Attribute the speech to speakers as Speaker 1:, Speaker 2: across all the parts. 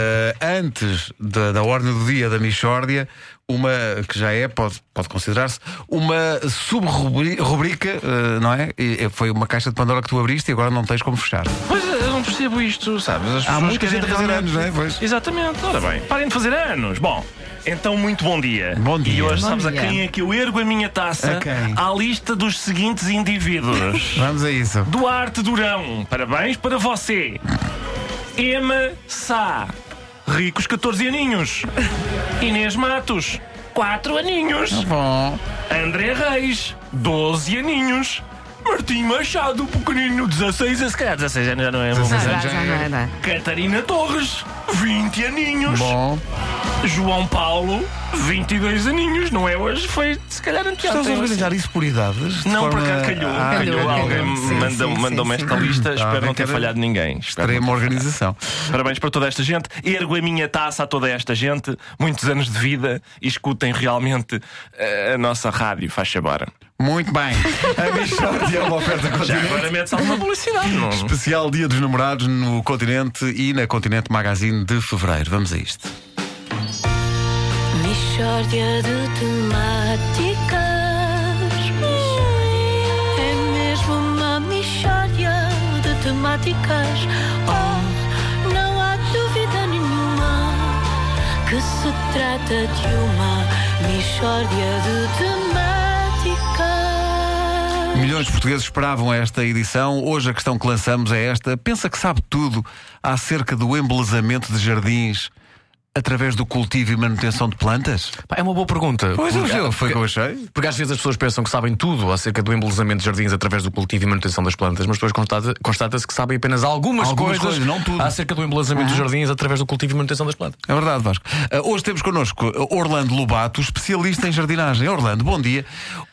Speaker 1: Eh, antes da, da ordem do dia da Michórdia, uma que já é, pode, pode considerar-se, uma sub-rubrica, eh, não é? E, eh, foi uma caixa de Pandora que tu abriste e agora não tens como fechar.
Speaker 2: Pois eu não percebo isto, sabes? As pessoas
Speaker 1: muita
Speaker 2: querem
Speaker 1: gente a fazer
Speaker 2: realmente-
Speaker 1: anos, não é? Pois.
Speaker 2: Exatamente, ora bem, parem de fazer anos. Bom, então muito bom dia.
Speaker 1: Bom dia.
Speaker 2: E hoje
Speaker 3: Bom
Speaker 2: sabes
Speaker 3: dia.
Speaker 2: a quem é que eu ergo a minha taça
Speaker 1: A quem?
Speaker 2: à lista dos seguintes indivíduos.
Speaker 1: Vamos a isso.
Speaker 2: Duarte Durão, parabéns para você. Emma Sá, ricos 14 aninhos. Inês Matos, 4 aninhos.
Speaker 1: Tá Bom,
Speaker 2: André Reis, 12 aninhos. Martim Machado, pequenino, 16 a se calhar 16 anos já não é uma
Speaker 1: 16
Speaker 3: Já,
Speaker 1: Mas
Speaker 3: já,
Speaker 1: já
Speaker 3: já não
Speaker 1: é.
Speaker 3: é, não é?
Speaker 2: Catarina Torres, 20 aninhos.
Speaker 1: Tá bom.
Speaker 2: João Paulo, 22 aninhos. Não é hoje, foi se calhar
Speaker 1: Estás a
Speaker 2: anteontem.
Speaker 1: organizar isso por idades? De
Speaker 2: assim. Não, por
Speaker 1: forma-
Speaker 2: acaso calhou.
Speaker 1: Ah,
Speaker 2: calhou.
Speaker 3: calhou,
Speaker 2: Alguém
Speaker 3: calhou. Sim,
Speaker 2: mandou-
Speaker 3: sim,
Speaker 2: mandou-me
Speaker 3: sim,
Speaker 2: esta
Speaker 3: sim.
Speaker 2: lista.
Speaker 1: bem
Speaker 2: Espero não
Speaker 1: que
Speaker 2: ter
Speaker 1: era-
Speaker 2: falhado ninguém. Espero
Speaker 1: Extrema organização.
Speaker 2: Parabéns para toda esta gente. Ergo a minha taça a toda esta gente. Muitos anos de vida e escutem realmente eh, a nossa rádio. Faz sabor.
Speaker 1: Muito bem. A Michórdia é uma oferta
Speaker 2: Já
Speaker 1: continental.
Speaker 2: agora metes alguma publicidade, não?
Speaker 1: Especial Dia dos Namorados no Continente e na Continente Magazine de Fevereiro. Vamos a isto.
Speaker 4: Mishória de temáticas. É mesmo uma mishória de temáticas. Oh, não há dúvida nenhuma que se trata de uma mishória de temáticas.
Speaker 1: Milhões de portugueses esperavam esta edição. Hoje a questão que lançamos é esta. Pensa que sabe tudo acerca do embelezamento de jardins através do cultivo e manutenção de plantas?
Speaker 5: Pá, É uma boa pergunta.
Speaker 1: Pois
Speaker 5: porque,
Speaker 1: é, foi o que eu achei.
Speaker 5: porque às vezes as pessoas pensam que sabem tudo acerca do embelezamento de jardins através do cultivo e manutenção das plantas, mas depois constata- constata-se que sabem apenas algumas,
Speaker 1: Algumas coisas, não tudo.
Speaker 5: acerca do embelezamento dos jardins através do cultivo e manutenção das plantas.
Speaker 1: É verdade, Vasco. Ah, hoje temos connosco ah, Orlando Lobato, especialista em jardinagem. Orlando, bom dia.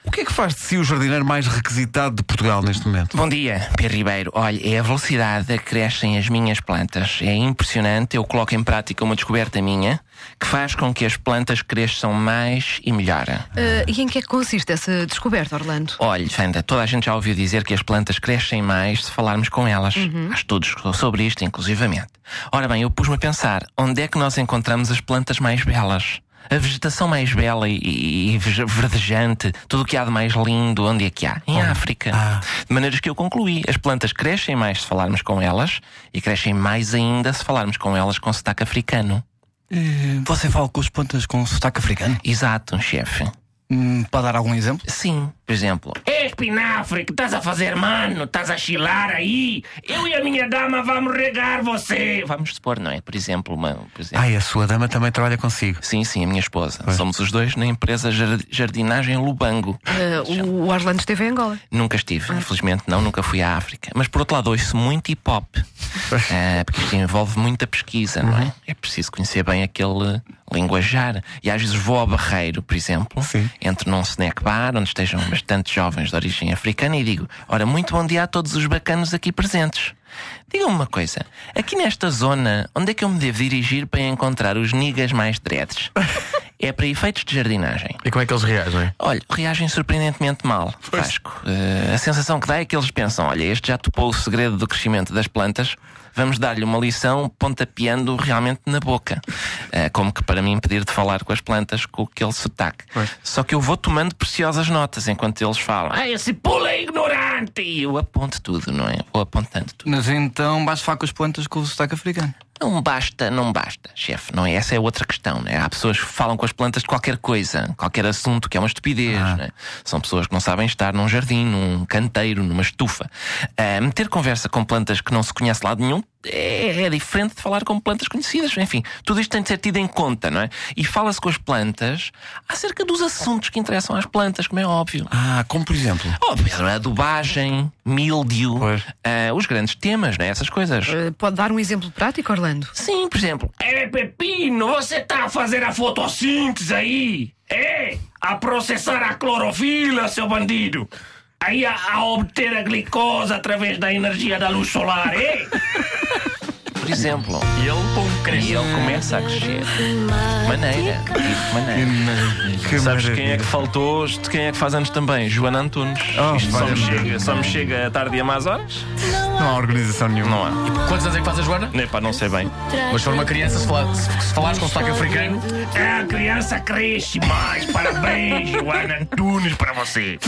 Speaker 1: O que é que faz de si o jardineiro mais requisitado de Portugal neste momento?
Speaker 6: Bom dia, Pedro Ribeiro. Olha, é a velocidade a que crescem as minhas plantas. É impressionante. Eu coloco em prática uma descoberta minha que faz com que as plantas cresçam mais e melhor.
Speaker 3: Ah, e em que é que consiste essa descoberta, Orlando?
Speaker 6: Olha, Fenda, toda a gente já ouviu dizer que as plantas crescem mais se falarmos com elas. Há estudos sobre isto, inclusivamente. Ora bem, eu pus-me a pensar: onde é que nós encontramos as plantas mais belas? A vegetação mais bela e, e- e vege- verdejante, tudo o que há de mais lindo, onde é que há? Em África. De maneiras que eu concluí: as plantas crescem mais se falarmos com elas e crescem mais ainda se falarmos com elas com sotaque africano.
Speaker 7: Você fala com as plantas com sotaque africano?
Speaker 6: Exato, chefe.
Speaker 7: Hum, para dar algum exemplo?
Speaker 6: Sim, por exemplo.
Speaker 2: É espinafre, que estás a fazer, mano? Estás a chilar aí? Eu e a minha dama vamos regar você.
Speaker 6: Vamos supor, não é? Por exemplo, uma. Por exemplo.
Speaker 1: Ai, Ah, a sua dama também trabalha consigo.
Speaker 6: Sim, sim, a minha esposa. Somos os dois na empresa jar- Jardinagem Lubango.
Speaker 3: Ah, o Orlando esteve em Angola.
Speaker 6: Nunca estive, infelizmente não, nunca fui à África. Mas por outro lado, ouço muito hip hop. Ah, porque isto envolve muita pesquisa, não é? É preciso conhecer bem aquele linguajar. E às vezes vou ao Barreiro, por exemplo,
Speaker 1: Sim.
Speaker 6: entro num snack bar onde estejam bastante jovens de origem africana e digo: Ora, muito bom dia a todos os bacanos aqui presentes. Digam-me uma coisa, aqui nesta zona, onde é que eu me devo dirigir para encontrar os niggas mais dreads? É para efeitos de jardinagem.
Speaker 5: E como é que eles reagem?
Speaker 6: Olha, reagem surpreendentemente mal, Vasco. Eh, a sensação que dá é que eles pensam: olha, este já topou o segredo do crescimento das plantas, vamos dar-lhe uma lição pontapeando realmente na boca. Eh, como que para me impedir de falar com as plantas com aquele sotaque. Só que eu vou tomando preciosas notas enquanto eles falam: ah, esse pula é ignorante! E eu aponto tudo, não é? Vou apontando tudo.
Speaker 7: Mas então basta falar com as plantas com o sotaque africano.
Speaker 6: Não basta, não basta, chefe. Não é? Essa é outra questão, né? Há pessoas que falam com as plantas de qualquer coisa, qualquer assunto, que é uma estupidez,
Speaker 1: Ah.
Speaker 6: né? São pessoas que não sabem estar num jardim, num canteiro, numa estufa. Ah, meter conversa com plantas que não se conhece de lado nenhum é, é diferente de falar com plantas conhecidas. é? Enfim, tudo isto tem de ser tido em conta, não é? E fala-se com as plantas acerca dos assuntos que interessam às plantas, como é óbvio.
Speaker 1: Ah, como por exemplo?
Speaker 6: Oh, Pedro, adubagem, míldio,
Speaker 1: Pois.
Speaker 6: ah, os grandes temas, né? Essas coisas.
Speaker 3: Ah, pode dar um exemplo prático, Orlando?
Speaker 6: Sim, por exemplo.
Speaker 2: É Pepino, você está a fazer a fotossíntese aí? É? A processar a clorofila, seu bandido. Aí a, a obter a glicose através da energia da luz solar, é?
Speaker 6: por exemplo.
Speaker 2: E ele, pum,
Speaker 6: E
Speaker 2: cresce.
Speaker 6: ele começa a crescer. De Maneira, de maneira.
Speaker 1: Que
Speaker 6: Sabes
Speaker 1: maravilha.
Speaker 6: quem é que faltou? hoje? Quem é que faz anos também? Joana Antunes.
Speaker 1: Oh,
Speaker 6: Isto só me,
Speaker 1: valha-me
Speaker 6: chega, só me chega tarde e a más horas?
Speaker 1: Não há organização nenhuma.
Speaker 6: Não há.
Speaker 5: Quantos anos é que faz a Joana?
Speaker 6: Nem para não sei bem.
Speaker 5: Mas se for uma criança, se, fala- se- se falares com sotaque africano,
Speaker 2: É, a criança cresce mais. Parabéns, Joana Antunes, para você.